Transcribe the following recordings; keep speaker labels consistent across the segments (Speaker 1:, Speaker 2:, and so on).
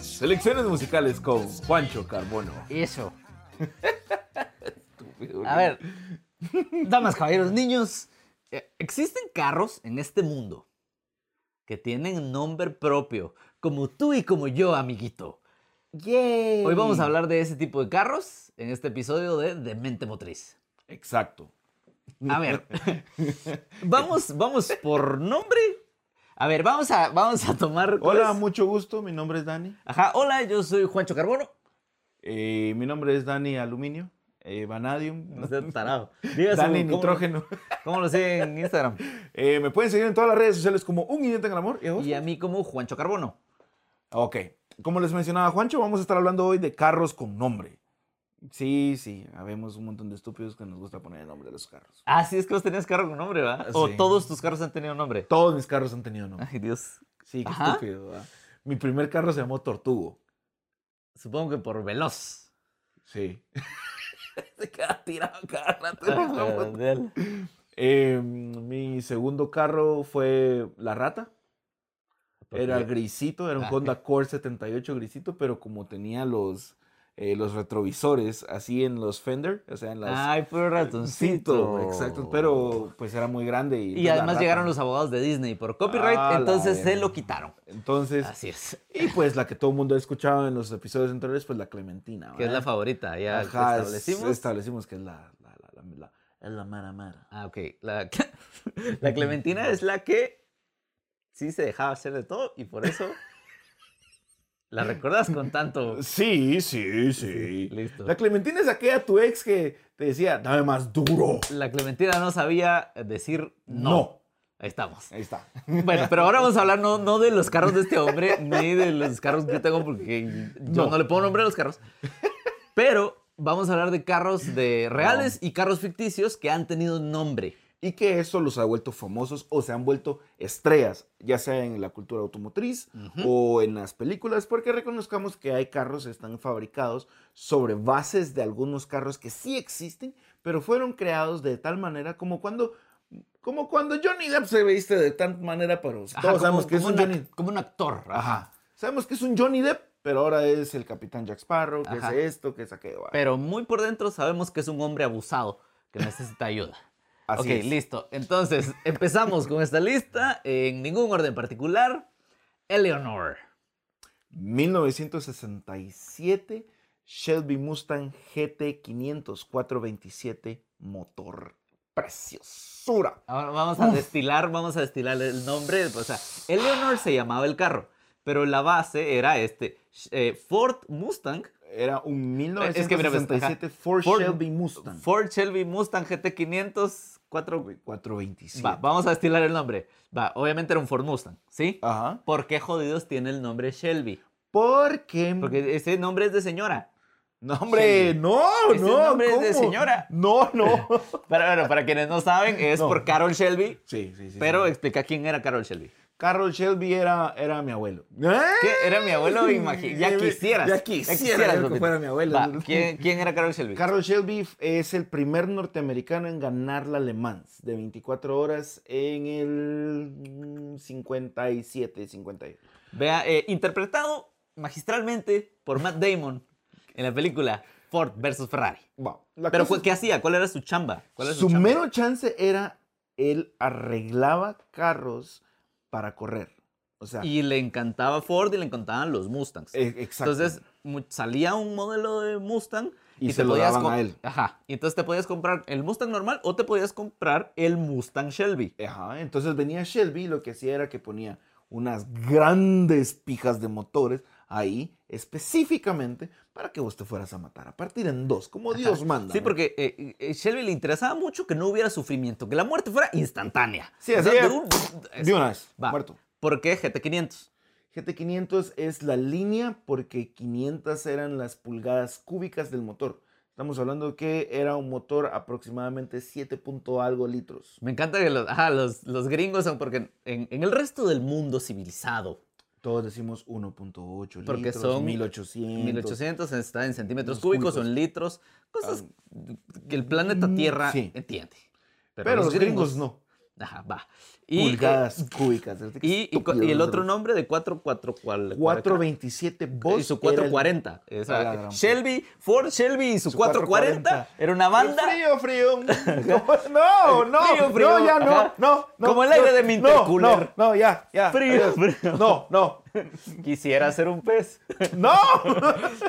Speaker 1: Selecciones musicales con Juancho Carbono.
Speaker 2: Eso. A ver, damas, caballeros, niños, eh, existen carros en este mundo que tienen nombre propio, como tú y como yo, amiguito.
Speaker 3: Yay.
Speaker 2: Hoy vamos a hablar de ese tipo de carros en este episodio de Demente Motriz.
Speaker 1: Exacto.
Speaker 2: A ver, vamos, vamos por nombre. A ver, vamos a, vamos a tomar. ¿cuál
Speaker 3: Hola,
Speaker 2: es?
Speaker 3: mucho gusto. Mi nombre es Dani.
Speaker 2: Ajá, hola, yo soy Juancho Carbono.
Speaker 3: Eh, mi nombre es Dani Aluminio. eh, Vanadium.
Speaker 2: No seas tarado. Diga su-
Speaker 3: Dani
Speaker 2: ¿cómo-
Speaker 3: Nitrógeno.
Speaker 2: ¿Cómo lo sé en Instagram?
Speaker 3: Eh, me pueden seguir en todas las redes sociales como Un Incidente en el Amor. ¿Y a vos?
Speaker 2: Y a mí como Juancho Carbono.
Speaker 3: Ok. Como les mencionaba Juancho, vamos a estar hablando hoy de carros con nombre. Sí, sí. Habemos un montón de estúpidos que nos gusta poner el nombre de los carros.
Speaker 2: Así Ah, es que vos tenías carro con nombre, ¿verdad? O
Speaker 3: Sí.
Speaker 2: todos tus carros han tenido nombre.
Speaker 3: Todos mis carros han tenido nombre.
Speaker 2: Ay, Dios.
Speaker 3: Sí, qué
Speaker 2: Ajá.
Speaker 3: estúpido. ¿verdad? Mi primer carro se llamó Tortugo.
Speaker 2: Supongo que por veloz.
Speaker 3: Sí.
Speaker 1: Se queda tirado cada rato.
Speaker 2: Ah, dale.
Speaker 3: Eh, mi segundo carro fue La Rata.
Speaker 2: Porque-
Speaker 3: Era grisito, era un
Speaker 2: Ah.
Speaker 3: Honda Core 78 grisito, pero como tenía los, eh, los retrovisores así en los Fender, o sea, en las...
Speaker 2: Ay, puro ratoncito.
Speaker 3: Cito, exacto, pero pues era muy grande. Y,
Speaker 2: Y
Speaker 3: la
Speaker 2: además
Speaker 3: rata.
Speaker 2: llegaron los abogados de Disney por copyright,
Speaker 3: Ah, la
Speaker 2: entonces se
Speaker 3: verga.
Speaker 2: lo quitaron.
Speaker 3: Entonces,
Speaker 2: Así es.
Speaker 3: y pues la que todo el mundo ha escuchado en los episodios anteriores, pues la Clementina.
Speaker 2: Que es la
Speaker 3: ¿verdad?
Speaker 2: favorita, ya
Speaker 3: Ajá, es-
Speaker 2: establecimos.
Speaker 3: establecimos que es la, la, la, la, la- es la mara mara.
Speaker 2: Ah, ok. La, la Clementina es la que sí se dejaba hacer de todo y por eso la recuerdas con tanto.
Speaker 3: Sí, sí, sí.
Speaker 2: Listo.
Speaker 3: La Clementina es aquella tu ex que te decía, dame más duro.
Speaker 2: La Clementina no sabía decir no. Ahí estamos.
Speaker 3: Ahí está.
Speaker 2: Bueno, pero ahora vamos a hablar no, no de los carros de este hombre, ni de los carros que yo tengo, porque yo no,
Speaker 3: No.
Speaker 2: le pongo nombre a los carros. Pero vamos a hablar de carros de reales y carros ficticios que han tenido nombre.
Speaker 3: Y que eso los ha vuelto famosos o se han vuelto estrellas, ya sea en la cultura automotriz o en las películas, porque reconozcamos que hay carros que están fabricados sobre bases de algunos carros que sí existen, pero fueron creados de tal manera como cuando, como cuando Johnny Depp se viste de tal manera, pero todos
Speaker 2: Ajá,
Speaker 3: sabemos que es un
Speaker 2: un ac-
Speaker 3: Johnny
Speaker 2: como un actor.
Speaker 3: Ajá. Sabemos que es un Johnny Depp, pero ahora es el Capitán Jack Sparrow, que
Speaker 2: Ajá.
Speaker 3: es esto, que es aquello. ¿va?
Speaker 2: Pero muy por dentro sabemos que es un hombre abusado que necesita ayuda.
Speaker 3: Así
Speaker 2: ok,
Speaker 3: es.
Speaker 2: listo. Entonces, empezamos con esta lista en ningún orden particular. Eleanor.
Speaker 3: 1967 Shelby Mustang GT 500 427 motor. Preciosura.
Speaker 2: Ahora vamos a destilar, vamos a destilar el nombre. O sea, Eleanor se llamaba el carro, pero la base era este eh, Ford Mustang,
Speaker 3: Era un
Speaker 2: Es que mira, pues,
Speaker 3: 1967
Speaker 2: ajá.
Speaker 3: Ford,
Speaker 2: Ford-
Speaker 3: Shelby Mustang
Speaker 2: Ford Shelby Mustang GT500 4.
Speaker 3: 427.
Speaker 2: Va, vamos a destilar el nombre. Va, obviamente era un Ford Mustang, ¿sí?
Speaker 3: Ajá.
Speaker 2: ¿Por qué jodidos tiene el nombre Shelby?
Speaker 3: Porque
Speaker 2: Porque ese nombre es de señora.
Speaker 3: no hombre,
Speaker 2: Shelby.
Speaker 3: no,
Speaker 2: Ese
Speaker 3: no,
Speaker 2: nombre es de
Speaker 3: ¿cómo?
Speaker 2: señora.
Speaker 3: No, no.
Speaker 2: Pero bueno, para quienes no saben, es
Speaker 3: No.
Speaker 2: por Carol Shelby.
Speaker 3: sí, sí, sí.
Speaker 2: Pero
Speaker 3: sí.
Speaker 2: explica quién era Carol Shelby.
Speaker 3: Carroll Shelby era era mi abuelo.
Speaker 2: ¿Qué? Era mi abuelo, imagínate. Ya quisieras.
Speaker 3: Ya quisieras yo que
Speaker 2: papito.
Speaker 3: fuera mi abuelo.
Speaker 2: Va, ¿quién, quién era Carol Shelby?
Speaker 3: Carroll Shelby es el primer norteamericano en ganar la Le Mans de 24 horas en el mm, 57, 58.
Speaker 2: Vea, eh, interpretado magistralmente por Matt Damon en la película Ford versus Ferrari.
Speaker 3: Wow. La
Speaker 2: Pero,
Speaker 3: cosa
Speaker 2: ¿cu- ¿qué hacía? ¿Cuál era su chamba? ¿Cuál
Speaker 3: es-
Speaker 2: era
Speaker 3: su
Speaker 2: chamba?
Speaker 3: mero chance era él arreglaba carros para correr. O sea,
Speaker 2: Y le encantaba Ford y le encantaban los Mustangs.
Speaker 3: e- exacto.
Speaker 2: Entonces mu- salía un modelo de Mustang
Speaker 3: Y se lo daban
Speaker 2: com-
Speaker 3: a él.
Speaker 2: Ajá. Y entonces te podías comprar el Mustang normal o te podías comprar el Mustang Shelby.
Speaker 3: Ajá, entonces venía Shelby y lo que hacía era que ponía unas grandes pijas de motores ahí específicamente para que vos te fueras a matar, a partir en dos, como Dios manda.
Speaker 2: Sí,
Speaker 3: ¿no?
Speaker 2: porque eh, eh, Shelby le interesaba mucho que no hubiera sufrimiento, que la muerte fuera instantánea.
Speaker 3: Sí,
Speaker 2: O sea,
Speaker 3: así
Speaker 2: de
Speaker 3: es.
Speaker 2: un-
Speaker 3: De una vez,
Speaker 2: Va.
Speaker 3: muerto.
Speaker 2: ¿Por qué GT500?
Speaker 3: GT500 es la línea porque 500 eran las pulgadas cúbicas del motor. Estamos hablando que era un motor aproximadamente 7 punto algo litros.
Speaker 2: Me encanta que los, ajá, los, los gringos, son porque en, en el resto del mundo civilizado,
Speaker 3: Todos decimos 1.8 litros,
Speaker 2: Porque son
Speaker 3: 1800.
Speaker 2: 1800 está en centímetros
Speaker 3: Los
Speaker 2: cúbicos,
Speaker 3: cúbicos. Ah, mm,
Speaker 2: son litros, cosas que el planeta Tierra
Speaker 3: sí.
Speaker 2: entiende.
Speaker 3: Pero, los gringos no.
Speaker 2: Ajá, va. Y, eh,
Speaker 3: Pulgadas cúbicas. Desde que
Speaker 2: y, y cu-
Speaker 3: estúpido,
Speaker 2: y el
Speaker 3: no
Speaker 2: otro
Speaker 3: sé.
Speaker 2: nombre de 44 cuál.
Speaker 3: 427
Speaker 2: cuál-
Speaker 3: Boss.
Speaker 2: Y su
Speaker 3: era el-
Speaker 2: 440. esa-
Speaker 3: Ah, la gran
Speaker 2: Shelby, Ford Shelby y su,
Speaker 3: Su 440.
Speaker 2: 440, Era una banda.
Speaker 3: Frío, frío. No, no,
Speaker 2: Frío, frío.
Speaker 3: no, ya
Speaker 2: Ajá.
Speaker 3: no, no, no.
Speaker 2: Como el aire
Speaker 3: no,
Speaker 2: de mi
Speaker 3: no,
Speaker 2: intercooler.
Speaker 3: No, no, ya, ya.
Speaker 2: Frío,
Speaker 3: adiós.
Speaker 2: frío.
Speaker 3: No, no,
Speaker 2: Quisiera ser un pez.
Speaker 3: no. Eso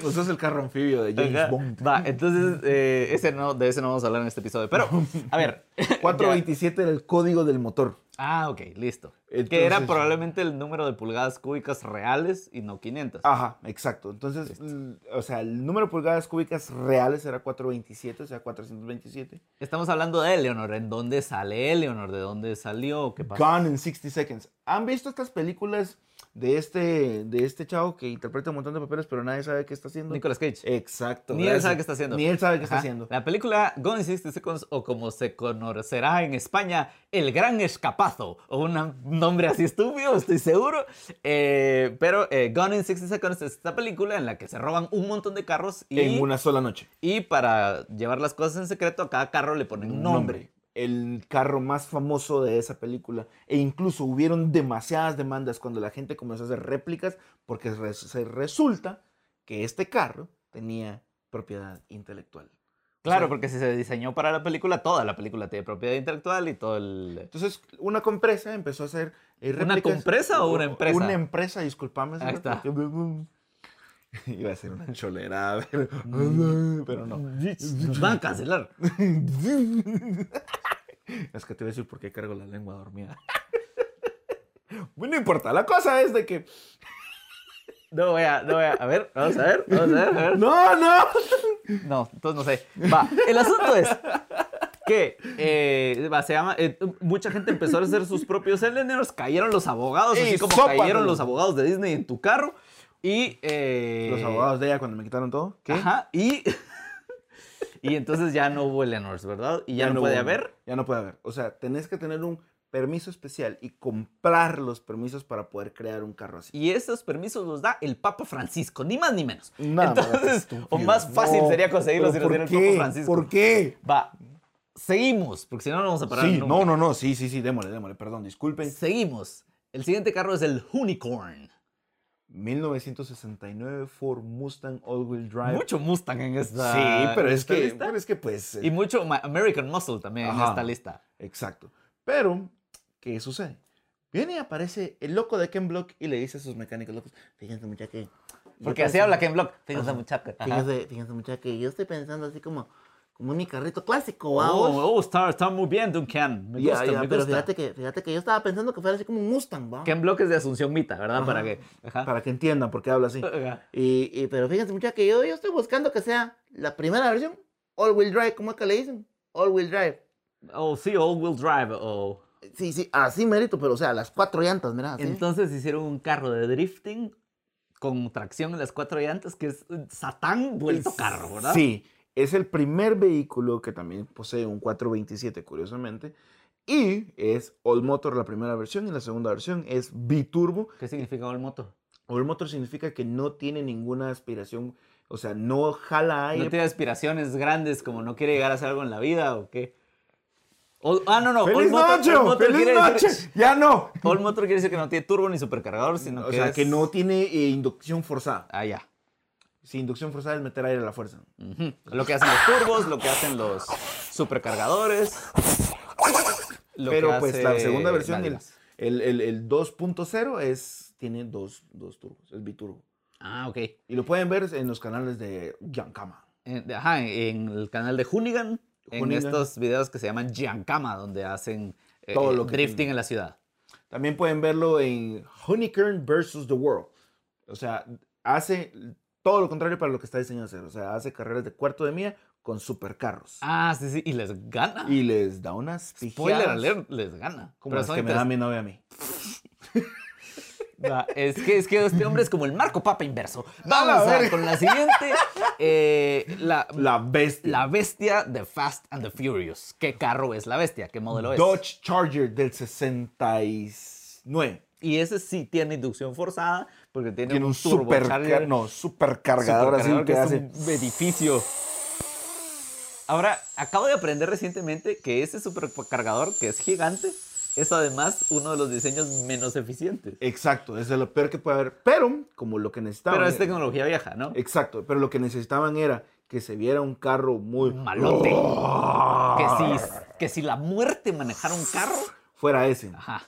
Speaker 3: Pues es el carro anfibio de James
Speaker 2: Ajá.
Speaker 3: Bond.
Speaker 2: Va, entonces eh, ese no, de ese no vamos a hablar en este episodio. Pero, a ver. ya.
Speaker 3: 427 era el código del motor.
Speaker 2: Ah, ok, listo. que era
Speaker 3: Entonces-
Speaker 2: probablemente el número de pulgadas cúbicas reales y no 500.
Speaker 3: Ajá, exacto. Entonces, l- o sea, el número de pulgadas cúbicas reales era 427, o sea, 427.
Speaker 2: Estamos hablando de Eleanor. ¿En dónde sale Eleanor? ¿De dónde salió? ¿Qué pasó?
Speaker 3: Gone in 60 Seconds. ¿Han visto estas películas de este, de este chavo que interpreta un montón de papeles, pero nadie sabe qué está haciendo?
Speaker 2: Nicolas Cage.
Speaker 3: Exacto.
Speaker 2: Ni él
Speaker 3: gracias.
Speaker 2: sabe qué está haciendo.
Speaker 3: Ni él sabe qué está
Speaker 2: Ajá.
Speaker 3: haciendo.
Speaker 2: La película Gone in 60 Seconds, o como se conocerá en España, El Gran Escapazo, o una- un nombre así estúpido, estoy seguro. Eh, pero eh, Gone in 60 Seconds es esta película en la que se roban un montón de carros y,
Speaker 3: En una sola noche.
Speaker 2: y para llevar las cosas en secreto, a cada carro le ponen un nombre.
Speaker 3: El carro más famoso de esa película. E incluso hubieron demasiadas demandas cuando la gente comenzó a hacer réplicas porque res- se resulta que este carro tenía propiedad intelectual.
Speaker 2: Claro,
Speaker 3: O sea,
Speaker 2: porque si se diseñó para la película, toda la película tiene propiedad intelectual y todo el...
Speaker 3: Entonces, una compresa empezó a hacer eh,
Speaker 2: ¿Una
Speaker 3: réplicas.
Speaker 2: compresa o una empresa?
Speaker 3: Una empresa, disculpame.
Speaker 2: Ahí está.
Speaker 3: uh, Iba a ser una cholera, pero,
Speaker 2: Mm.
Speaker 3: pero no.
Speaker 2: Van a cancelar.
Speaker 3: Es que te voy a decir por qué cargo la lengua dormida. Bueno, no importa. La cosa es de que.
Speaker 2: No voy a, no voy a, a ver, vamos a ver, vamos a ver, a ver.
Speaker 3: ¡No, no!
Speaker 2: No, entonces no sé. Va, el asunto es que eh, va, se llama, eh, mucha gente empezó a hacer sus propios Eleanors, cayeron los abogados,
Speaker 3: Y
Speaker 2: así como
Speaker 3: sópatelos.
Speaker 2: cayeron los abogados de Disney en tu carro y... eh,
Speaker 3: Los abogados de ella cuando me quitaron todo. ¿Qué?
Speaker 2: Ajá, y... Y entonces ya no hubo Eleanors, ¿verdad? Y ya, no,
Speaker 3: no
Speaker 2: puede
Speaker 3: hubo-
Speaker 2: haber.
Speaker 3: Ya no puede haber. O sea, tenés que tener un permiso especial y comprar los permisos para poder crear un carro así.
Speaker 2: Y esos permisos los da el Papa Francisco, ni más ni menos.
Speaker 3: Nada más,
Speaker 2: Entonces,
Speaker 3: estúpido.
Speaker 2: o más fácil
Speaker 3: No,
Speaker 2: sería conseguirlos si
Speaker 3: pero ¿por
Speaker 2: los diera el
Speaker 3: qué?
Speaker 2: Papa Francisco.
Speaker 3: ¿Por qué?
Speaker 2: Va, seguimos, porque si no, no vamos a parar.
Speaker 3: Sí,
Speaker 2: nunca.
Speaker 3: no, no, no, sí, sí, sí, démosle, démosle, perdón, disculpen.
Speaker 2: Seguimos. El siguiente carro es el Unicorn.
Speaker 3: 1969 Ford Mustang All Wheel Drive.
Speaker 2: Mucho Mustang en esta.
Speaker 3: sí, pero
Speaker 2: en
Speaker 3: es,
Speaker 2: esta
Speaker 3: que,
Speaker 2: lista.
Speaker 3: pero es que pues...
Speaker 2: Y mucho Ma- American Muscle también en
Speaker 3: Ajá.
Speaker 2: esta lista.
Speaker 3: Exacto. Pero, ¿qué sucede? Viene y aparece el loco de Ken Block y le dice a sus mecánicos locos, fíjense mucha que... yo
Speaker 2: Porque así
Speaker 3: pensé-
Speaker 2: habla Ken Block. Fíjense,
Speaker 3: Ajá.
Speaker 2: muchacho. Ajá.
Speaker 3: Fíjense, fíjense mucha que yo estoy pensando así como, como en mi carrito clásico, vamos.
Speaker 2: Oh, oh, está, está muy bien, Duncan. Me
Speaker 3: Ya,
Speaker 2: gusta,
Speaker 3: ya,
Speaker 2: me
Speaker 3: pero
Speaker 2: gusta.
Speaker 3: fíjate que, fíjate que yo estaba pensando que fuera así como un Mustang, ¿va?
Speaker 2: Ken Block es de Asunción Mita, ¿verdad?
Speaker 3: Ajá.
Speaker 2: Para que. Ajá.
Speaker 3: Para que entiendan por qué habla así.
Speaker 2: Ajá.
Speaker 3: Y, y- "Ah, pues, pero fíjense mucha que yo, yo estoy buscando que sea la primera versión, All Wheel Drive, ¿cómo es que le dicen? All Wheel Drive.
Speaker 2: Oh, sí, All Wheel Drive. Oh.
Speaker 3: Sí, sí, así mérito, pero o sea, las cuatro llantas, mira, así.
Speaker 2: Entonces hicieron un carro de drifting con tracción en las cuatro llantas, que es eh, Satán vuelto carro, ¿verdad?
Speaker 3: Sí, es el primer vehículo que también posee un 427, curiosamente. Y es All Motor la primera versión y la segunda versión es Biturbo.
Speaker 2: ¿Qué significa el moto?
Speaker 3: All Motor significa que no tiene ninguna aspiración, o sea, no jala aire.
Speaker 2: ¿No tiene aspiraciones grandes como no quiere llegar a hacer algo en la vida o qué? O- ah, no, no. All
Speaker 3: ¡Feliz
Speaker 2: Motor-
Speaker 3: noche!
Speaker 2: All Motor
Speaker 3: ¡Feliz
Speaker 2: quiere decir-
Speaker 3: noche! ¡Ya no!
Speaker 2: All Motor quiere decir que no tiene turbo ni supercargador, sino
Speaker 3: o
Speaker 2: que
Speaker 3: sea,
Speaker 2: es-
Speaker 3: que no tiene eh, inducción forzada.
Speaker 2: Ah, ya.
Speaker 3: Si inducción forzada es meter aire a la fuerza.
Speaker 2: Ujú. Lo que hacen los turbos, lo que hacen los supercargadores. lo que
Speaker 3: Pero pues la
Speaker 2: hace
Speaker 3: segunda versión,
Speaker 2: nadie
Speaker 3: el,
Speaker 2: más.
Speaker 3: el, el- el 2.0, es, tiene dos, dos turbos, es biturbo.
Speaker 2: Ah, ok.
Speaker 3: Y lo pueden ver en los canales de Giancama.
Speaker 2: En- de- Ajá, en el canal de Hoonigan, en
Speaker 3: Hoonigan.
Speaker 2: estos videos que se llaman Giancama, donde hacen eh,
Speaker 3: Todo lo que
Speaker 2: drifting
Speaker 3: tiene.
Speaker 2: en la ciudad.
Speaker 3: También pueden verlo en Honeycomb versus the World. O sea, hace todo lo contrario para lo que está diseñado hacer. O sea, hace carreras de cuarto de mía con supercarros.
Speaker 2: Ah, sí, sí, y les gana.
Speaker 3: Y les da unas
Speaker 2: Spoiler
Speaker 3: pijeadas
Speaker 2: alert, les gana.
Speaker 3: Como
Speaker 2: Pero
Speaker 3: las
Speaker 2: son
Speaker 3: que me da mi novia a mí.
Speaker 2: Va, Ah, es, que, es que este hombre es como el Marco Papa inverso.
Speaker 3: A la
Speaker 2: Vamos a,
Speaker 3: verga.
Speaker 2: con la siguiente. eh, la,
Speaker 3: La bestia.
Speaker 2: la bestia de Fast and the Furious. ¿Qué carro es la bestia? ¿Qué modelo es?
Speaker 3: Dodge Charger del 69.
Speaker 2: Y ese sí tiene inducción forzada porque tiene,
Speaker 3: Tiene un
Speaker 2: turbocharger,
Speaker 3: supercar no, supercargador así
Speaker 2: supercargador
Speaker 3: que
Speaker 2: es
Speaker 3: hace.
Speaker 2: un edificio. Ahora, acabo de aprender recientemente que ese supercargador, que es gigante, es además uno de los diseños menos eficientes.
Speaker 3: Exacto, eso es lo peor que puede haber. Pero, como lo que necesitaban.
Speaker 2: Pero este es
Speaker 3: era-
Speaker 2: tecnología vieja, ¿no?
Speaker 3: Exacto, pero lo que necesitaban era que se viera un carro muy. ¡Oh!
Speaker 2: Malote. Que si, que si la muerte manejara un carro.
Speaker 3: Fuera ese.
Speaker 2: Ajá.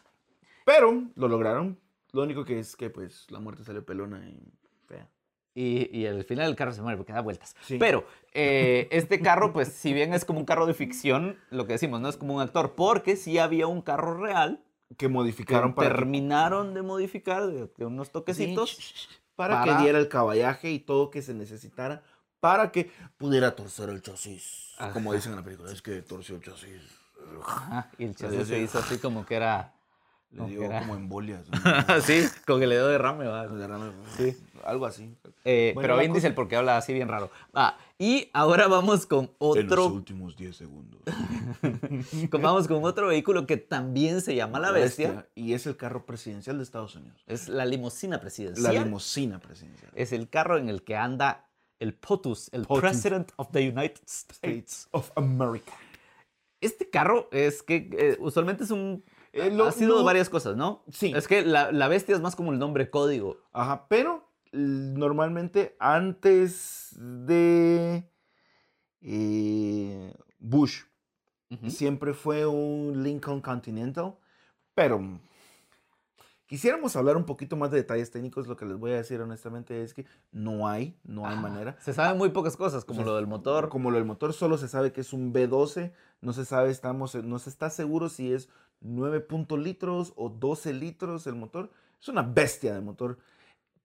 Speaker 3: Pero lo lograron. Lo único que es que, pues, la muerte salió pelona y fea.
Speaker 2: Y, y al final el carro se muere porque da vueltas.
Speaker 3: Sí.
Speaker 2: Pero eh, este carro, pues, si bien es como un carro de ficción, lo que decimos, no es como un actor, porque sí había un carro real
Speaker 3: Que
Speaker 2: que
Speaker 3: modificaron para. que-
Speaker 2: terminaron de modificar de, de unos toquecitos.
Speaker 3: para,
Speaker 2: para-
Speaker 3: que diera el caballaje y todo que se necesitara para que pudiera torcer el chasis.
Speaker 2: Ajá.
Speaker 3: Como dicen en la película, es que torció el chasis.
Speaker 2: Ajá, y el chasis
Speaker 3: Adiós,
Speaker 2: se
Speaker 3: ya.
Speaker 2: hizo así como que era.
Speaker 3: Le
Speaker 2: como que
Speaker 3: dio
Speaker 2: era-
Speaker 3: como embolias.
Speaker 2: Sí, con que le dio derrame, va.
Speaker 3: Sí, algo así.
Speaker 2: Eh,
Speaker 3: Bueno,
Speaker 2: pero
Speaker 3: la
Speaker 2: bien
Speaker 3: cosa-
Speaker 2: dice el porque habla así bien raro. Ah, y ahora vamos con
Speaker 3: En los
Speaker 2: otro,
Speaker 3: últimos 10 segundos.
Speaker 2: con- vamos con otro vehículo que también se llama la bestia.
Speaker 3: Y es el carro presidencial de Estados Unidos.
Speaker 2: Es la limusina
Speaker 3: La
Speaker 2: presidencial.
Speaker 3: limusina presidencial.
Speaker 2: es el carro en el que anda el POTUS, el
Speaker 3: POTUS.
Speaker 2: President of the United States.
Speaker 3: States of America.
Speaker 2: Este carro es que eh, usualmente es un...
Speaker 3: Eh, lo-
Speaker 2: ha sido
Speaker 3: no-
Speaker 2: varias cosas, ¿no?
Speaker 3: Sí.
Speaker 2: Es que la, la bestia es más como el nombre código.
Speaker 3: Ajá, pero l- normalmente antes de eh, Bush
Speaker 2: Ujú.
Speaker 3: siempre fue un Lincoln Continental, pero mm, quisiéramos hablar un poquito más de detalles técnicos. Lo que les voy a decir honestamente es que no hay, no hay
Speaker 2: Ah,
Speaker 3: manera.
Speaker 2: Se saben muy pocas cosas, como
Speaker 3: O sea,
Speaker 2: lo del motor.
Speaker 3: Como lo del motor solo se sabe que es un B12, no se sabe, estamos, no se está seguro si es 9 punto litros o 12 litros el motor. Es una bestia de motor.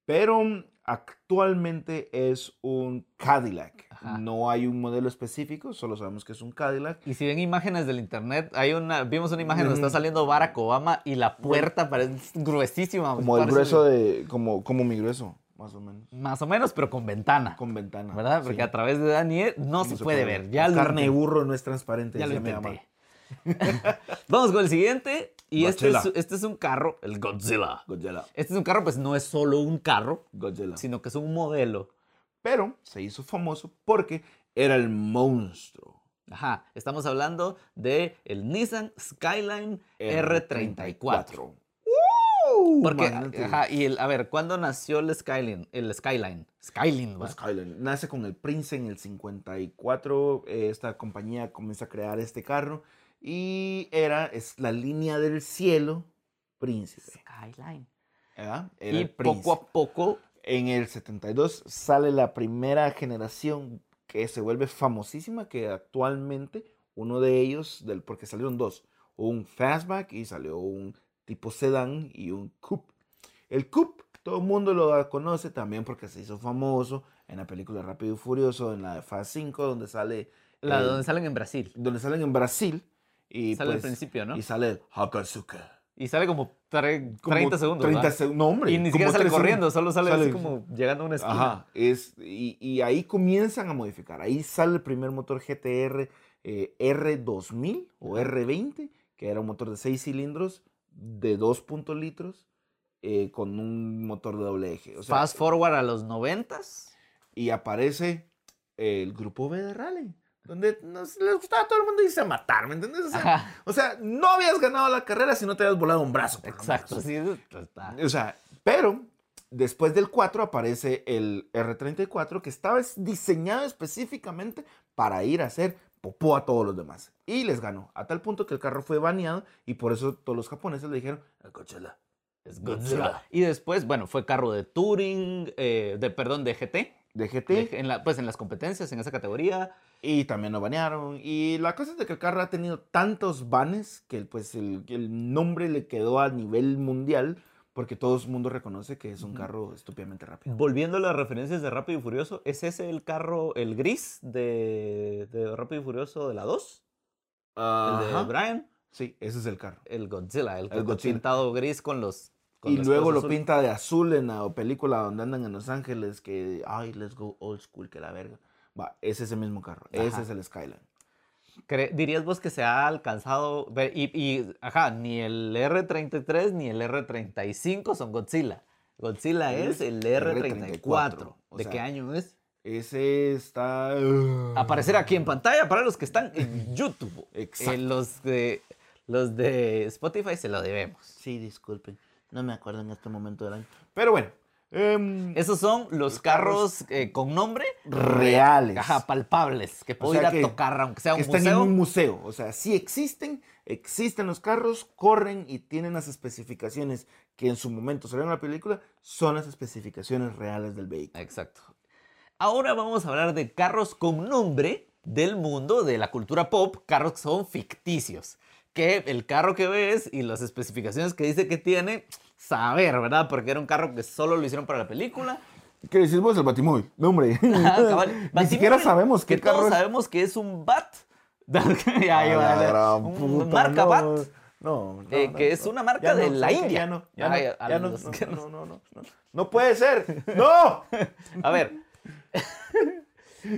Speaker 3: Pero mm, actualmente es un Cadillac.
Speaker 2: Ajá.
Speaker 3: No hay un modelo específico, solo sabemos que es un Cadillac.
Speaker 2: Y si ven imágenes del internet, hay una, vimos una imagen donde está
Speaker 3: Ujú.
Speaker 2: saliendo Barack Obama y la puerta parece gruesísima.
Speaker 3: Como el
Speaker 2: Pues parece-
Speaker 3: grueso de, como, como mi grueso, más o menos.
Speaker 2: Más o menos, pero con ventana.
Speaker 3: Con ventana.
Speaker 2: ¿Verdad? Porque
Speaker 3: sí.
Speaker 2: a través de Daniel no, se, puede, ver. Ya
Speaker 3: La
Speaker 2: lo
Speaker 3: carne de
Speaker 2: intenté.
Speaker 3: burro no es transparente.
Speaker 2: Ya lo
Speaker 3: decía mi mamá.
Speaker 2: intenté. Vamos con el siguiente. Y este es,
Speaker 3: Godzilla.
Speaker 2: este es un carro, el Godzilla.
Speaker 3: Godzilla.
Speaker 2: Este es un carro, pues no es solo un carro,
Speaker 3: Godzilla.
Speaker 2: sino que es un modelo.
Speaker 3: pero se hizo famoso porque era el monstruo.
Speaker 2: Ajá, estamos hablando de el Nissan Skyline R34.
Speaker 3: ¡Uh!
Speaker 2: Porque,
Speaker 3: Imagínate.
Speaker 2: ajá, y el, a ver, ¿cuándo nació el Skyline? El Skyline. Skyline,
Speaker 3: Los
Speaker 2: va.
Speaker 3: Skyline. Nace con el Prince en el 54. eh, Esta compañía comienza a crear este carro. Y era es la línea del cielo príncipe.
Speaker 2: Skyline.
Speaker 3: ¿verdad? Era
Speaker 2: Y
Speaker 3: el Prince.
Speaker 2: poco a poco,
Speaker 3: En el 72 sale la primera generación que se vuelve famosísima, que actualmente uno de ellos, del, porque salieron dos, un fastback y salió un tipo sedán y un coupe. El coupe todo el mundo lo conoce también porque se hizo famoso en la película Rápido y Furioso, en la de Fast 5, donde sale,
Speaker 2: la
Speaker 3: eh,
Speaker 2: donde salen en Brasil.
Speaker 3: donde salen en Brasil y
Speaker 2: sale al
Speaker 3: pues,
Speaker 2: principio, ¿no?
Speaker 3: y
Speaker 2: Y,
Speaker 3: sale el Hakazuka.
Speaker 2: sale como, tre-
Speaker 3: Como
Speaker 2: 30 segundos.
Speaker 3: 30
Speaker 2: ¿va?
Speaker 3: segundos, no hombre.
Speaker 2: Y ni siquiera
Speaker 3: como
Speaker 2: sale
Speaker 3: tres segundos.
Speaker 2: corriendo, solo sale, así
Speaker 3: Sale-
Speaker 2: como llegando a una esquina.
Speaker 3: Ajá, es, y, y ahí comienzan a modificar. Ahí sale el primer motor GTR eh, R2000 o R20, que era un motor de 6 cilindros de 2. punto litros eh, con un motor de doble eje. O sea,
Speaker 2: Fast forward a los 90s.
Speaker 3: y aparece el grupo B de rally, donde nos, les gustaba a todo el mundo irse a matar, ¿me entiendes? O sea,
Speaker 2: Ajá,
Speaker 3: o sea, no habías ganado la carrera si no te habías volado un brazo. por lo
Speaker 2: Exacto.
Speaker 3: menos.
Speaker 2: Sí, eso está.
Speaker 3: O sea, pero después del 4 aparece el R34 que estaba es- diseñado específicamente para ir a hacer popó a todos los demás. Y les ganó, a tal punto que el carro fue baneado y por eso todos los japoneses le dijeron, "A Coachella".
Speaker 2: Es
Speaker 3: Godzilla.
Speaker 2: Godzilla. Y después, bueno, fue carro de Touring, eh, de, perdón, de GT.
Speaker 3: de GT
Speaker 2: de- en la- pues en las competencias, en esa categoría.
Speaker 3: y también lo banearon. Y la cosa es de que el carro ha tenido tantos banes que pues el, el nombre le quedó a nivel mundial porque todo el mundo reconoce que es un
Speaker 2: Ujú.
Speaker 3: carro estúpidamente rápido.
Speaker 2: Volviendo a las referencias de Rápido y Furioso, ¿es ese el carro, el gris de, de Rápido y Furioso de la 2? El de
Speaker 3: Ajá.
Speaker 2: Brian,
Speaker 3: Sí, ese es el carro.
Speaker 2: el Godzilla, el,
Speaker 3: El Godzilla.
Speaker 2: pintado gris con los. con
Speaker 3: Y
Speaker 2: las
Speaker 3: luego
Speaker 2: cosas
Speaker 3: lo
Speaker 2: azul.
Speaker 3: pinta de azul en la película donde andan en Los Ángeles que, ay, let's go old school, que la verga. Va, es ese mismo carro,
Speaker 2: Ajá.
Speaker 3: ese es el Skyline.
Speaker 2: Cre- ¿Dirías vos que se ha alcanzado? ve- Y, y, ajá, ni el R33 ni el R35 son Godzilla. Godzilla es el R34.
Speaker 3: R34, o
Speaker 2: ¿De
Speaker 3: sea, Mm.
Speaker 2: qué año es?
Speaker 3: Ese está. ah.
Speaker 2: Aparecer aquí en pantalla para los que están en YouTube.
Speaker 3: Exacto.
Speaker 2: Eh, los, de, los de Spotify se lo debemos.
Speaker 3: Sí, disculpen. No me acuerdo en este momento del año. Pero bueno. em,
Speaker 2: Esos son los, carros, eh, con nombre
Speaker 3: Reales.
Speaker 2: Ajá, palpables, que puedo
Speaker 3: sea
Speaker 2: ir a
Speaker 3: que-
Speaker 2: tocar, aunque sea
Speaker 3: que
Speaker 2: un
Speaker 3: están
Speaker 2: museo.
Speaker 3: en un museo. O sea, sí existen, existen los carros, corren y tienen las especificaciones que en su momento salieron en la película, son las especificaciones reales del vehículo.
Speaker 2: Exacto. Ahora vamos a hablar de carros con nombre del mundo de la cultura pop, carros que son ficticios. Que el carro que ves y las especificaciones que dice que tiene, saber, ¿verdad? Porque era un carro que solo lo hicieron para la película.
Speaker 3: ¿Qué decís vos, el Batimóvil? No, hombre.
Speaker 2: Ah, cabal.
Speaker 3: Ni
Speaker 2: Batimóvil,
Speaker 3: siquiera sabemos qué
Speaker 2: que
Speaker 3: carro
Speaker 2: todos
Speaker 3: es.
Speaker 2: sabemos que es un Bat. Ya
Speaker 3: A
Speaker 2: iba
Speaker 3: Ah, la
Speaker 2: a ver,
Speaker 3: gran
Speaker 2: un-
Speaker 3: puta,
Speaker 2: marca
Speaker 3: no,
Speaker 2: Bat.
Speaker 3: No, no,
Speaker 2: eh,
Speaker 3: no,
Speaker 2: que
Speaker 3: no.
Speaker 2: es una marca
Speaker 3: Ya
Speaker 2: de
Speaker 3: no,
Speaker 2: la
Speaker 3: ¿sabes qué?
Speaker 2: India.
Speaker 3: Ya no, ya
Speaker 2: Ay,
Speaker 3: no,
Speaker 2: a
Speaker 3: ya no,
Speaker 2: los
Speaker 3: no,
Speaker 2: que
Speaker 3: no,
Speaker 2: nos-
Speaker 3: no, no, no. No puede ser. ¡No!
Speaker 2: A ver.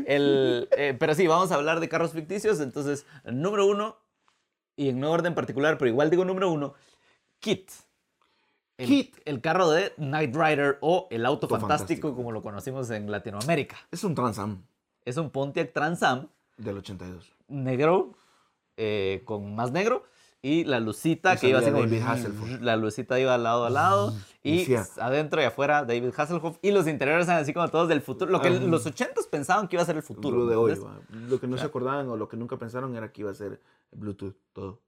Speaker 2: El, eh, pero sí, vamos a hablar de carros ficticios. Entonces, número uno, y en no orden particular, pero igual digo número uno, Kit. El,
Speaker 3: Kit.
Speaker 2: El carro de Knight Rider o el auto,
Speaker 3: Auto
Speaker 2: fantástico,
Speaker 3: fantástico.
Speaker 2: como lo conocimos en Latinoamérica.
Speaker 3: Es un Transam
Speaker 2: Es un Pontiac Trans Am
Speaker 3: del 82.
Speaker 2: negro, eh, con más negro, y la lucita
Speaker 3: Y
Speaker 2: que iba así
Speaker 3: salía
Speaker 2: como...
Speaker 3: David Hasselhoff. Mm,
Speaker 2: La lucita iba al lado a lado, y
Speaker 3: Decía-
Speaker 2: adentro y afuera David Hasselhoff, y los interiores eran así como todos del futuro, lo que los ochentas pensaban que iba a ser el futuro.
Speaker 3: Ah. Lo de hoy,
Speaker 2: ¿entendés?
Speaker 3: va. Lo que no se acordaban o lo que nunca pensaron era que iba a ser Bluetooth, todo.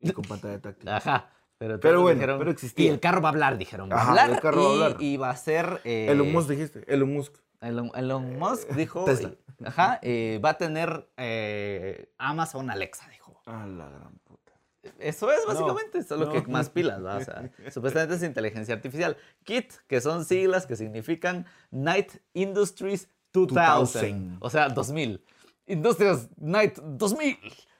Speaker 3: Y con pantalla táctil.
Speaker 2: Ajá. Pero,
Speaker 3: Pero
Speaker 2: todos
Speaker 3: bueno, pero existía.
Speaker 2: Y el carro va a hablar, dijeron. Va a
Speaker 3: Ajá,
Speaker 2: hablar,
Speaker 3: el carro va a
Speaker 2: y-
Speaker 3: hablar.
Speaker 2: Y, va a ser... eh,
Speaker 3: Elon Musk dijiste, Elon Musk.
Speaker 2: Elon, Elon Musk dijo...
Speaker 3: Tesla.
Speaker 2: Ajá, eh, va a tener eh, Amazon Alexa, dijo.
Speaker 3: A la gran puta.
Speaker 2: Eso es básicamente, solo
Speaker 3: no.
Speaker 2: que más pilas, ¿va? O sea, supuestamente es inteligencia artificial. KIT, que son siglas que significan Night Industries 2000,
Speaker 3: 2000.
Speaker 2: o sea, 2000. Industrias Night 2000,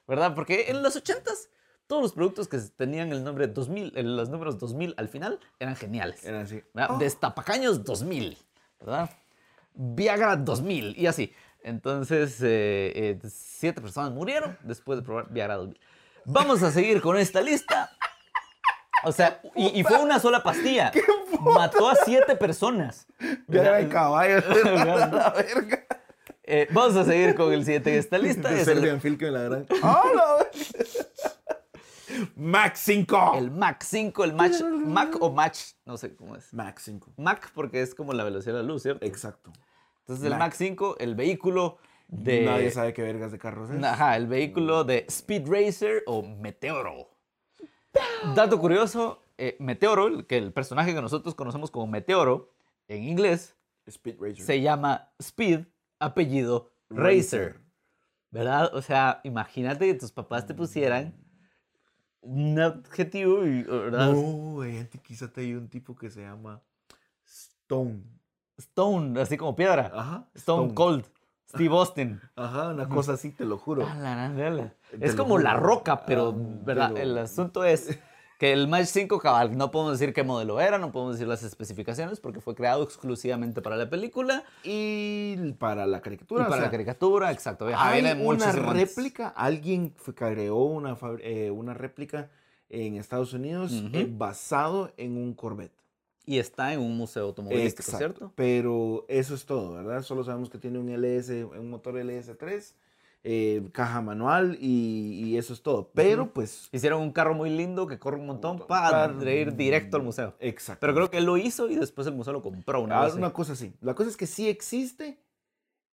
Speaker 2: ¿verdad? Porque en los 80s todos los productos que tenían el nombre 2000, eh, los números 2000 al final eran geniales.
Speaker 3: Era así.
Speaker 2: ¿verdad?
Speaker 3: Oh.
Speaker 2: Destapacaños 2000, ¿verdad? Viagra 2000 y así. Entonces, eh, eh, siete personas murieron después de probar Viagra 2000. Vamos a seguir con esta lista. O sea, y, y fue una sola pastilla. Mató a siete personas.
Speaker 3: Ya era de caballo.
Speaker 2: Ya.
Speaker 3: la verga.
Speaker 2: Eh, vamos a seguir con el siguiente de esta lista.
Speaker 3: De
Speaker 2: Es el,
Speaker 3: Serbian Film que me la gran. ¡Hola! Max 5.
Speaker 2: el Mach 5, el Mach, Mach o Mach, no sé cómo es.
Speaker 3: Max 5.
Speaker 2: Mach porque es como la velocidad de la luz, ¿cierto?
Speaker 3: Exacto.
Speaker 2: Entonces el
Speaker 3: Mach.
Speaker 2: Mach 5, el vehículo de...
Speaker 3: Nadie sabe qué vergas de carros es.
Speaker 2: Este, Ajá, el vehículo de Speed Racer o Meteoro. Dato curioso, eh, Meteoro, el- que el personaje que nosotros conocemos como Meteoro, en inglés,
Speaker 3: Speed Racer.
Speaker 2: se llama Speed, apellido Racer. ¿Verdad? O sea, imagínate que tus papás te
Speaker 3: Mm.
Speaker 2: pusieran un adjetivo y, ¿verdad?
Speaker 3: No, güey, antes quizás te hay un tipo que se llama Stone.
Speaker 2: Stone, así como piedra.
Speaker 3: Ajá.
Speaker 2: Stone Cold. Steve Austin.
Speaker 3: Ajá, una cosa así, te lo juro.
Speaker 2: A Ah, la gran vela.
Speaker 3: Te
Speaker 2: Es
Speaker 3: lo
Speaker 2: como la
Speaker 3: juro.
Speaker 2: roca, pero,
Speaker 3: Ah,
Speaker 2: ¿verdad?
Speaker 3: pero-
Speaker 2: El asunto es que el Match 5 cabal, no podemos decir qué modelo era, no podemos decir las especificaciones porque fue creado exclusivamente para la película
Speaker 3: Y para la caricatura.
Speaker 2: y
Speaker 3: o
Speaker 2: para la
Speaker 3: sea,
Speaker 2: caricatura, exacto. Ajá,
Speaker 3: Hay
Speaker 2: viene
Speaker 3: una
Speaker 2: muchísimo antes.
Speaker 3: réplica, alguien fue- creó una, fabri- eh, una réplica en Estados Unidos
Speaker 2: Ujú.
Speaker 3: eh, basado en un Corvette.
Speaker 2: Y está en un museo automovilístico,
Speaker 3: Exacto.
Speaker 2: ¿cierto?
Speaker 3: Pero eso es todo, ¿verdad? Solo sabemos que tiene un LS, un motor LS3, eh, caja manual y, y eso es todo. Pero pues...
Speaker 2: Hicieron un carro muy lindo que corre un montón
Speaker 3: montón,
Speaker 2: para
Speaker 3: para-
Speaker 2: ir directo al museo.
Speaker 3: Exacto.
Speaker 2: Pero creo que él lo hizo y después el museo lo compró. Una
Speaker 3: Ah,
Speaker 2: vez.
Speaker 3: una cosa así. La cosa es que sí existe,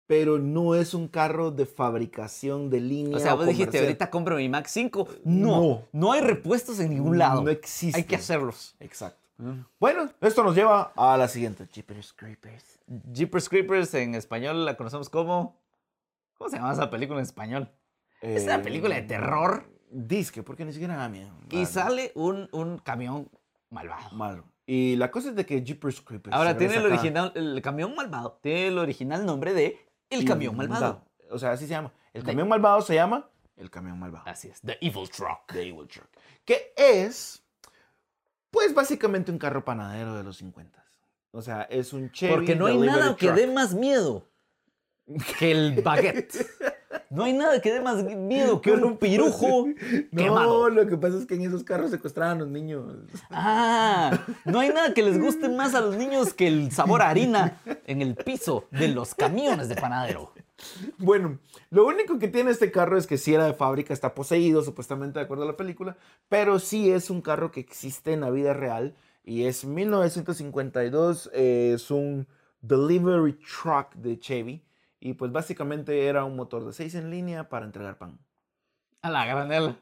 Speaker 3: pero no es un carro de fabricación de línea.
Speaker 2: O sea, vos dijiste,
Speaker 3: comercial.
Speaker 2: ahorita compro mi Mac 5. No, no,
Speaker 3: No.
Speaker 2: hay repuestos en ningún lado.
Speaker 3: No existe.
Speaker 2: Hay que Ah. hacerlos.
Speaker 3: Exacto. Bueno, esto nos lleva a la siguiente. Jeepers Creepers.
Speaker 2: Jeepers Creepers en español la conocemos como. ¿Cómo se llama esa película en español? Es una
Speaker 3: Eh,
Speaker 2: película de terror.
Speaker 3: Disque, porque ni siquiera da miedo.
Speaker 2: Y
Speaker 3: Vale.
Speaker 2: sale un, un camión malvado.
Speaker 3: Malo. Y la cosa es de que Jeepers Creepers.
Speaker 2: Ahora
Speaker 3: se
Speaker 2: tiene el
Speaker 3: regresa acá.
Speaker 2: original, el camión malvado. Tiene el original nombre de El Camión Malvado.
Speaker 3: O sea, así se llama. El
Speaker 2: De- Ah.
Speaker 3: camión malvado se llama El camión malvado.
Speaker 2: Así es, The Evil Truck.
Speaker 3: The Evil Truck. Que es, pues básicamente un carro panadero de los 50. O sea, es un Chevy.
Speaker 2: Porque no hay
Speaker 3: delivery
Speaker 2: nada que
Speaker 3: truck.
Speaker 2: dé más miedo que el baguette. No hay nada que dé más miedo que un pirujo
Speaker 3: No,
Speaker 2: quemado.
Speaker 3: lo que pasa es que en esos carros secuestraban a los niños.
Speaker 2: Ah, no hay nada que les guste más a los niños que el sabor a harina en el piso de los camiones de panadero.
Speaker 3: Bueno, lo único que tiene este carro es que si era de fábrica, está poseído, supuestamente de acuerdo a la película, pero sí es un carro que existe en la vida real y es 1952, eh, es un delivery truck de Chevy y pues básicamente era un motor de 6 en línea para entregar pan.
Speaker 2: A la granela.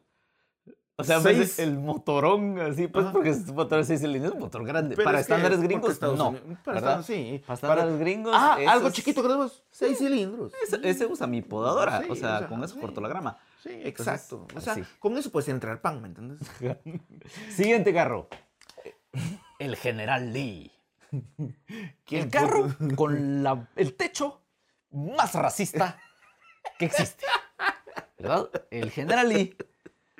Speaker 2: O sea,
Speaker 3: Seis.
Speaker 2: ves el motorón así, pues
Speaker 3: Ajá.
Speaker 2: porque es un motor de seis cilindros, es un motor grande.
Speaker 3: Pero
Speaker 2: para
Speaker 3: es que,
Speaker 2: estándares
Speaker 3: porque
Speaker 2: gringos,
Speaker 3: Estados
Speaker 2: no.
Speaker 3: Unidos- para
Speaker 2: ¿verdad?
Speaker 3: Estados- sí,
Speaker 2: Para
Speaker 3: para-
Speaker 2: estándares gringos.
Speaker 3: Ah,
Speaker 2: eso
Speaker 3: algo
Speaker 2: es-
Speaker 3: chiquito, creemos. Seis cilindros.
Speaker 2: Ese, ese usa mi podadora.
Speaker 3: Sí,
Speaker 2: o, sea,
Speaker 3: o sea,
Speaker 2: con eso
Speaker 3: sí.
Speaker 2: corto la grama.
Speaker 3: Sí,
Speaker 2: Entonces,
Speaker 3: exacto. O sea,
Speaker 2: sí.
Speaker 3: con eso puedes entrar pan, ¿me entiendes?
Speaker 2: Siguiente carro. El General Lee.
Speaker 3: ¿Quién
Speaker 2: el carro con la- el techo más racista que existe. ¿Verdad? El General Lee.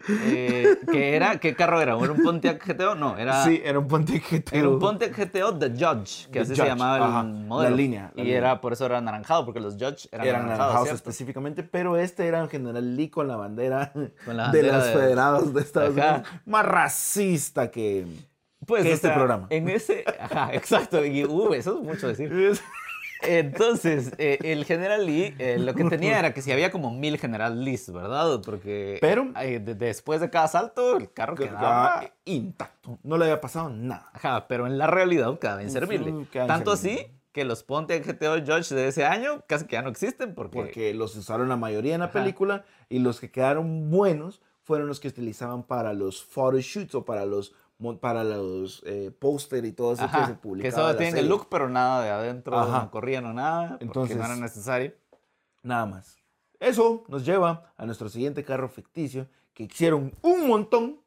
Speaker 2: eh, que era, ¿Qué carro era? ¿Era un Pontiac GTO? No, era,
Speaker 3: Sí, era un ponte que te
Speaker 2: Ah. era un Pontiac GTO The Judge, que
Speaker 3: The
Speaker 2: así se
Speaker 3: Judge,
Speaker 2: llamaba el
Speaker 3: ajá,
Speaker 2: modelo.
Speaker 3: la línea, la
Speaker 2: y
Speaker 3: línea.
Speaker 2: era por eso era anaranjado, porque los Judge
Speaker 3: eran
Speaker 2: eran, anaranjados.
Speaker 3: anaranjados
Speaker 2: ¿cierto?
Speaker 3: específicamente, pero este era en general Lee con la bandera,
Speaker 2: Con la
Speaker 3: de
Speaker 2: bandera
Speaker 3: las
Speaker 2: de-
Speaker 3: federadas de Estados
Speaker 2: Ajá.
Speaker 3: Unidos. Más racista que...
Speaker 2: Pues,
Speaker 3: que
Speaker 2: o
Speaker 3: este
Speaker 2: sea,
Speaker 3: programa.
Speaker 2: En ese, ajá, exacto. Y, uh, eso es mucho decir. Entonces, eh, el general Lee eh, lo que tenía era que si había como mil general Lees, ¿verdad? Porque
Speaker 3: Pero-
Speaker 2: eh, de- después de cada salto, el carro quedaba.
Speaker 3: Quedaba intacto. No le había pasado nada.
Speaker 2: Ajá, pero en la realidad quedaba inservible.
Speaker 3: Sí, quedaba
Speaker 2: Tanto
Speaker 3: inservible.
Speaker 2: así que los Pontiac GTO George de ese año casi que ya no existen porque.
Speaker 3: Porque los usaron la mayoría en la
Speaker 2: Ajá.
Speaker 3: película y los que quedaron buenos fueron los que utilizaban para los photoshoots o para los mon- para los eh, póster y todo eso
Speaker 2: Ajá,
Speaker 3: que se
Speaker 2: que,
Speaker 3: publicaba. de
Speaker 2: solo
Speaker 3: la
Speaker 2: tienen el
Speaker 3: serie.
Speaker 2: look, pero nada de adentro,
Speaker 3: Ajá.
Speaker 2: no corrían o nada, porque no
Speaker 3: Entonces-
Speaker 2: era necesario.
Speaker 3: Nada más. Eso nos lleva a nuestro siguiente carro ficticio que hicieron un montón,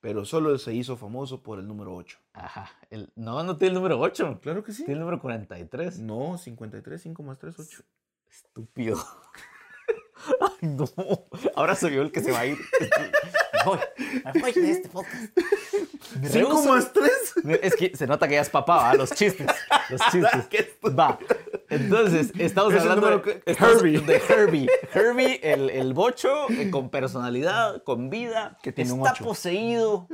Speaker 3: pero solo se hizo famoso por el número 8.
Speaker 2: Ajá. el- no, no tiene el número 8,
Speaker 3: Claro que sí.
Speaker 2: tiene el número 43.
Speaker 3: No, 53, 5 más 3, 8.
Speaker 2: Estúpido. Ay, no. Ahora soy yo el que se va a ir. Me voy. Me voy de este podcast. Me
Speaker 3: 5
Speaker 2: rehúso.
Speaker 3: más 3.
Speaker 2: Me- Es que se nota que ya es papá, ¿va? Los chistes. Los chistes.
Speaker 3: Qué estúpido.
Speaker 2: Va. Entonces, estamos
Speaker 3: Es el
Speaker 2: hablando
Speaker 3: número
Speaker 2: de,
Speaker 3: que-
Speaker 2: estamos-
Speaker 3: Herbie.
Speaker 2: de Herbie. Herbie, el, el bocho, eh, con personalidad, con vida.
Speaker 3: Que tiene un
Speaker 2: Está
Speaker 3: ocho.
Speaker 2: poseído.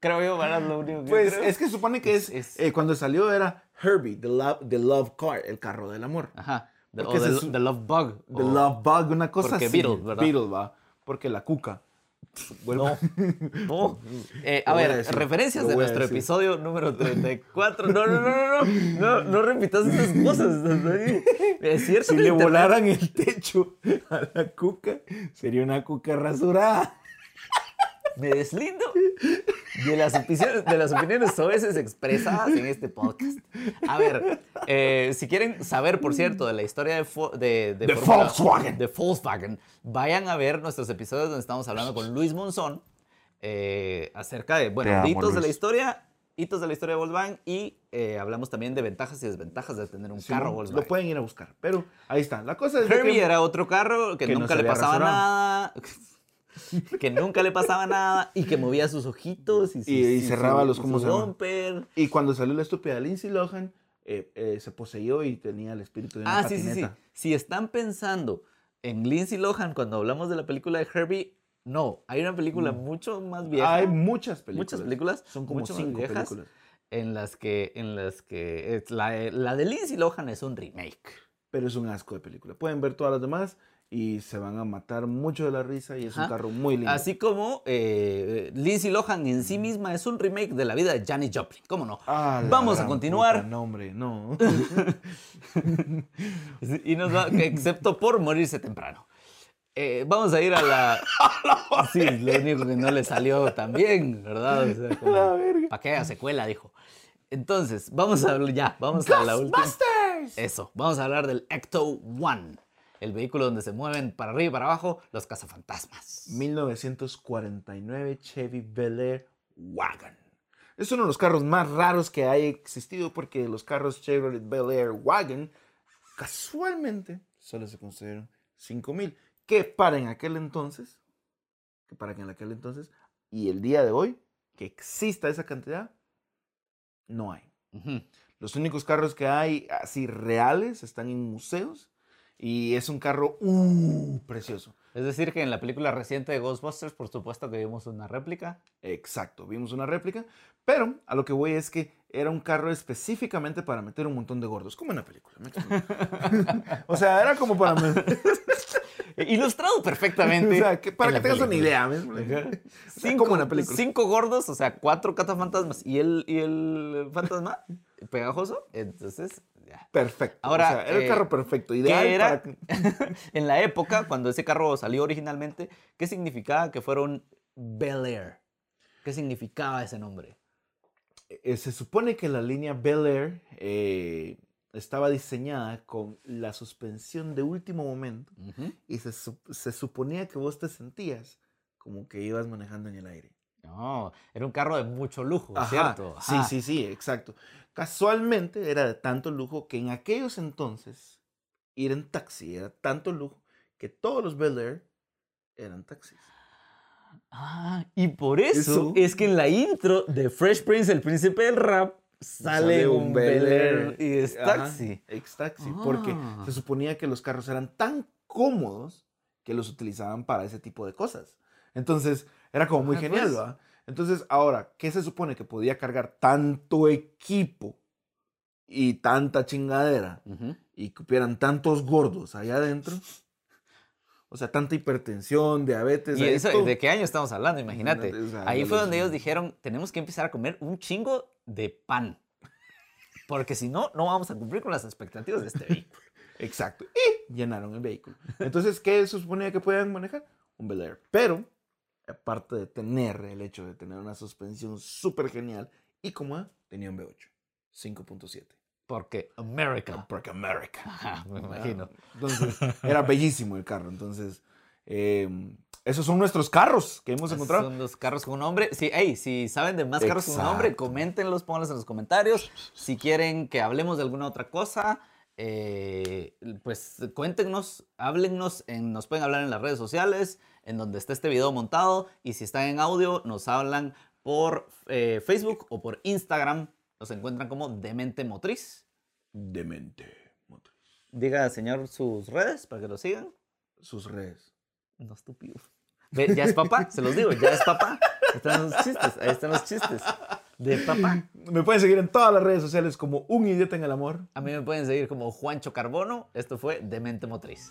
Speaker 2: Creo yo, ¿verdad? Lo único que
Speaker 3: Pues
Speaker 2: creo.
Speaker 3: es que supone que es,
Speaker 2: Es- es-
Speaker 3: eh, cuando salió era Herbie, the love, the love Car, el carro del amor.
Speaker 2: Ajá. The, o
Speaker 3: Porque
Speaker 2: the,
Speaker 3: ese es un-
Speaker 2: the Love Bug.
Speaker 3: The
Speaker 2: o-
Speaker 3: Love Bug, una cosa
Speaker 2: porque
Speaker 3: así.
Speaker 2: Beatles, ¿verdad?
Speaker 3: Beatles, va. Porque la cuca. Vuelvo.
Speaker 2: No. Eh, a
Speaker 3: Lo voy
Speaker 2: ver,
Speaker 3: a decir,
Speaker 2: referencias
Speaker 3: lo
Speaker 2: de
Speaker 3: voy a
Speaker 2: nuestro
Speaker 3: decir.
Speaker 2: episodio número 34. No, no, no, no, no. No, no repitas esas cosas. Dani. Es cierto.
Speaker 3: Si
Speaker 2: que
Speaker 3: le
Speaker 2: internet-
Speaker 3: volaran el techo a la cuca, sería una cuca rasurada.
Speaker 2: Me deslindo de las opiniones, de las opiniones a veces expresadas en este podcast. A ver, eh, si quieren saber, por cierto, de la historia de, Fo- de,
Speaker 3: De
Speaker 2: Fórmula-
Speaker 3: Volkswagen.
Speaker 2: de Volkswagen, vayan a ver nuestros episodios donde estamos hablando con Luis Monzón eh, acerca de, bueno,
Speaker 3: Te amo,
Speaker 2: de hitos de la
Speaker 3: Luis.
Speaker 2: historia, hitos de la historia de Volkswagen y eh, hablamos también de ventajas y desventajas de tener un carro Volkswagen.
Speaker 3: Lo pueden ir a buscar, pero ahí está. La cosa es de
Speaker 2: Herbie
Speaker 3: que-
Speaker 2: era otro carro que,
Speaker 3: que no
Speaker 2: nunca
Speaker 3: se
Speaker 2: le
Speaker 3: había
Speaker 2: pasaba
Speaker 3: rasurado.
Speaker 2: nada. Que nunca le pasaba nada y que movía sus ojitos y, sus-
Speaker 3: Y- y cerraba los-
Speaker 2: su
Speaker 3: ¿cómo se llama?
Speaker 2: bumper.
Speaker 3: Y cuando salió la estúpida Lindsay Lohan, eh, eh, se poseyó y tenía el espíritu de una
Speaker 2: Ah, sí, sí, sí.
Speaker 3: patineta.
Speaker 2: Si están pensando en Lindsay Lohan cuando hablamos de la película de Herbie, no. Hay una película mucho más vieja.
Speaker 3: Hay muchas películas.
Speaker 2: Muchas películas,
Speaker 3: Son como
Speaker 2: mucho más
Speaker 3: cinco
Speaker 2: viejas.
Speaker 3: películas.
Speaker 2: en las que, en las que es la, de- la de Lindsay Lohan es un remake.
Speaker 3: Pero es un asco de película. Pueden ver todas las demás y se van a matar mucho de la risa y es
Speaker 2: Ajá.
Speaker 3: un carro muy lindo.
Speaker 2: Así como eh, Lindsay Lohan en sí misma es un remake de la vida de Janis Joplin. ¿Cómo no?
Speaker 3: Ah, la
Speaker 2: Vamos a
Speaker 3: gran
Speaker 2: continuar.
Speaker 3: puta, no, hombre, no.
Speaker 2: Sí, Y nos va, excepto por morirse temprano. Eh, vamos a ir a la. Sí, es lo único que no le salió tan bien, ¿verdad? O sea, como, ¿Para qué haga secuela? Dijo. Entonces, vamos a hablar ya, vamos a la última. Eso, vamos a hablar del Ecto One, el vehículo donde se mueven para arriba y para abajo los cazafantasmas.
Speaker 3: 1949 Chevy Bel Air Wagon. Es uno de los carros más raros que haya existido porque los carros Chevrolet Bel Air Wagon casualmente solo se construyeron 5000, que para en aquel entonces, que para que en aquel entonces y el día de hoy que exista esa cantidad no hay.
Speaker 2: Ujú.
Speaker 3: Los únicos carros que hay así reales están en museos Y es un carro uh, precioso.
Speaker 2: Es decir, que en la película reciente de Ghostbusters, por supuesto que vimos una réplica.
Speaker 3: Exacto, vimos una réplica, pero a lo que voy es que era un carro específicamente para meter un montón de gordos, como en la película. ¿me explico? o sea, era como para...
Speaker 2: Eh, Ilustrado perfectamente.
Speaker 3: o sea, que- para
Speaker 2: en
Speaker 3: que
Speaker 2: la
Speaker 3: tengas una
Speaker 2: película.
Speaker 3: idea, ¿me explico?
Speaker 2: Ajá.
Speaker 3: O sea, como en la película.
Speaker 2: cinco gordos, o sea, cuatro cazafantasmas y el, y el fantasma pegajoso. Entonces, ya.
Speaker 3: Perfecto.
Speaker 2: Ahora,
Speaker 3: o sea, era
Speaker 2: eh,
Speaker 3: el carro perfecto, ideal
Speaker 2: ¿Qué era?
Speaker 3: para que-
Speaker 2: en la época, cuando ese carro salió originalmente, ¿qué significaba que fuera un Bel Air? ¿Qué significaba ese nombre?
Speaker 3: eh, se supone que la línea Bel Air eh, estaba diseñada con la suspensión de último momento
Speaker 2: Ujú.
Speaker 3: y se, su- se suponía que vos te sentías como que ibas manejando en el aire.
Speaker 2: No, era un carro de mucho lujo,
Speaker 3: Ajá,
Speaker 2: ¿cierto? Ajá.
Speaker 3: Sí, sí, sí, exacto. Casualmente era de tanto lujo que en aquellos entonces ir en taxi era tanto lujo que todos los Bel Air eran taxis.
Speaker 2: Ah, y por eso,
Speaker 3: Eso.
Speaker 2: es que en la intro de Fresh Prince, el príncipe del rap, sale, un, Bel Air y es
Speaker 3: Ajá,
Speaker 2: taxi.
Speaker 3: ex taxi, porque
Speaker 2: Ah.
Speaker 3: se suponía que los carros eran tan cómodos que los utilizaban para ese tipo de cosas. Entonces, era como muy
Speaker 2: Ah,
Speaker 3: genial,
Speaker 2: pues.
Speaker 3: ¿va? Entonces, ahora, ¿qué se supone que podía cargar tanto equipo y tanta chingadera
Speaker 2: Ujú.
Speaker 3: y cupieran tantos gordos allá adentro? O sea, tanta hipertensión, diabetes.
Speaker 2: ¿Y
Speaker 3: ahí
Speaker 2: eso,
Speaker 3: todo.
Speaker 2: de qué año estamos hablando? Imagínate.
Speaker 3: Imagínate, o sea,
Speaker 2: Ahí
Speaker 3: de
Speaker 2: fue
Speaker 3: los-
Speaker 2: donde ellos dijeron, tenemos que empezar a comer un chingo de pan. Porque si no, no vamos a cumplir con las expectativas de este vehículo.
Speaker 3: Exacto. Y llenaron el vehículo. Entonces, ¿qué se suponía que podían manejar? Un Bel Air. Pero, aparte de tener el hecho de tener una suspensión súper genial y cómoda, tenía un V8. 5.7.
Speaker 2: Porque America.
Speaker 3: Porque America.
Speaker 2: Ah. Ajá, me imagino.
Speaker 3: Entonces, era bellísimo el carro. Entonces, eh, esos son nuestros carros que hemos encontrado.
Speaker 2: Son los carros con nombre. Sí, hey, si saben de más carros con nombre,
Speaker 3: Exacto.
Speaker 2: coméntenlos, pónganlos en los comentarios. Si quieren que hablemos de alguna otra cosa, eh, pues cuéntenos, háblennos, en- nos pueden hablar en las redes sociales, en donde está este video montado. Y si están en audio, nos hablan por eh, Facebook o por Instagram. Nos encuentran como Demente Motriz.
Speaker 3: Demente. Motriz.
Speaker 2: Diga, señor, sus redes para que lo sigan.
Speaker 3: Sus redes.
Speaker 2: No, estúpido. Ve, ya es papá, se los digo, ya es papá. Ahí están los chistes, ahí están los chistes de papá.
Speaker 3: Me pueden seguir en todas las redes sociales como un idiota en el amor.
Speaker 2: A mí me pueden seguir como Juancho Carbono. Esto fue Demente Motriz.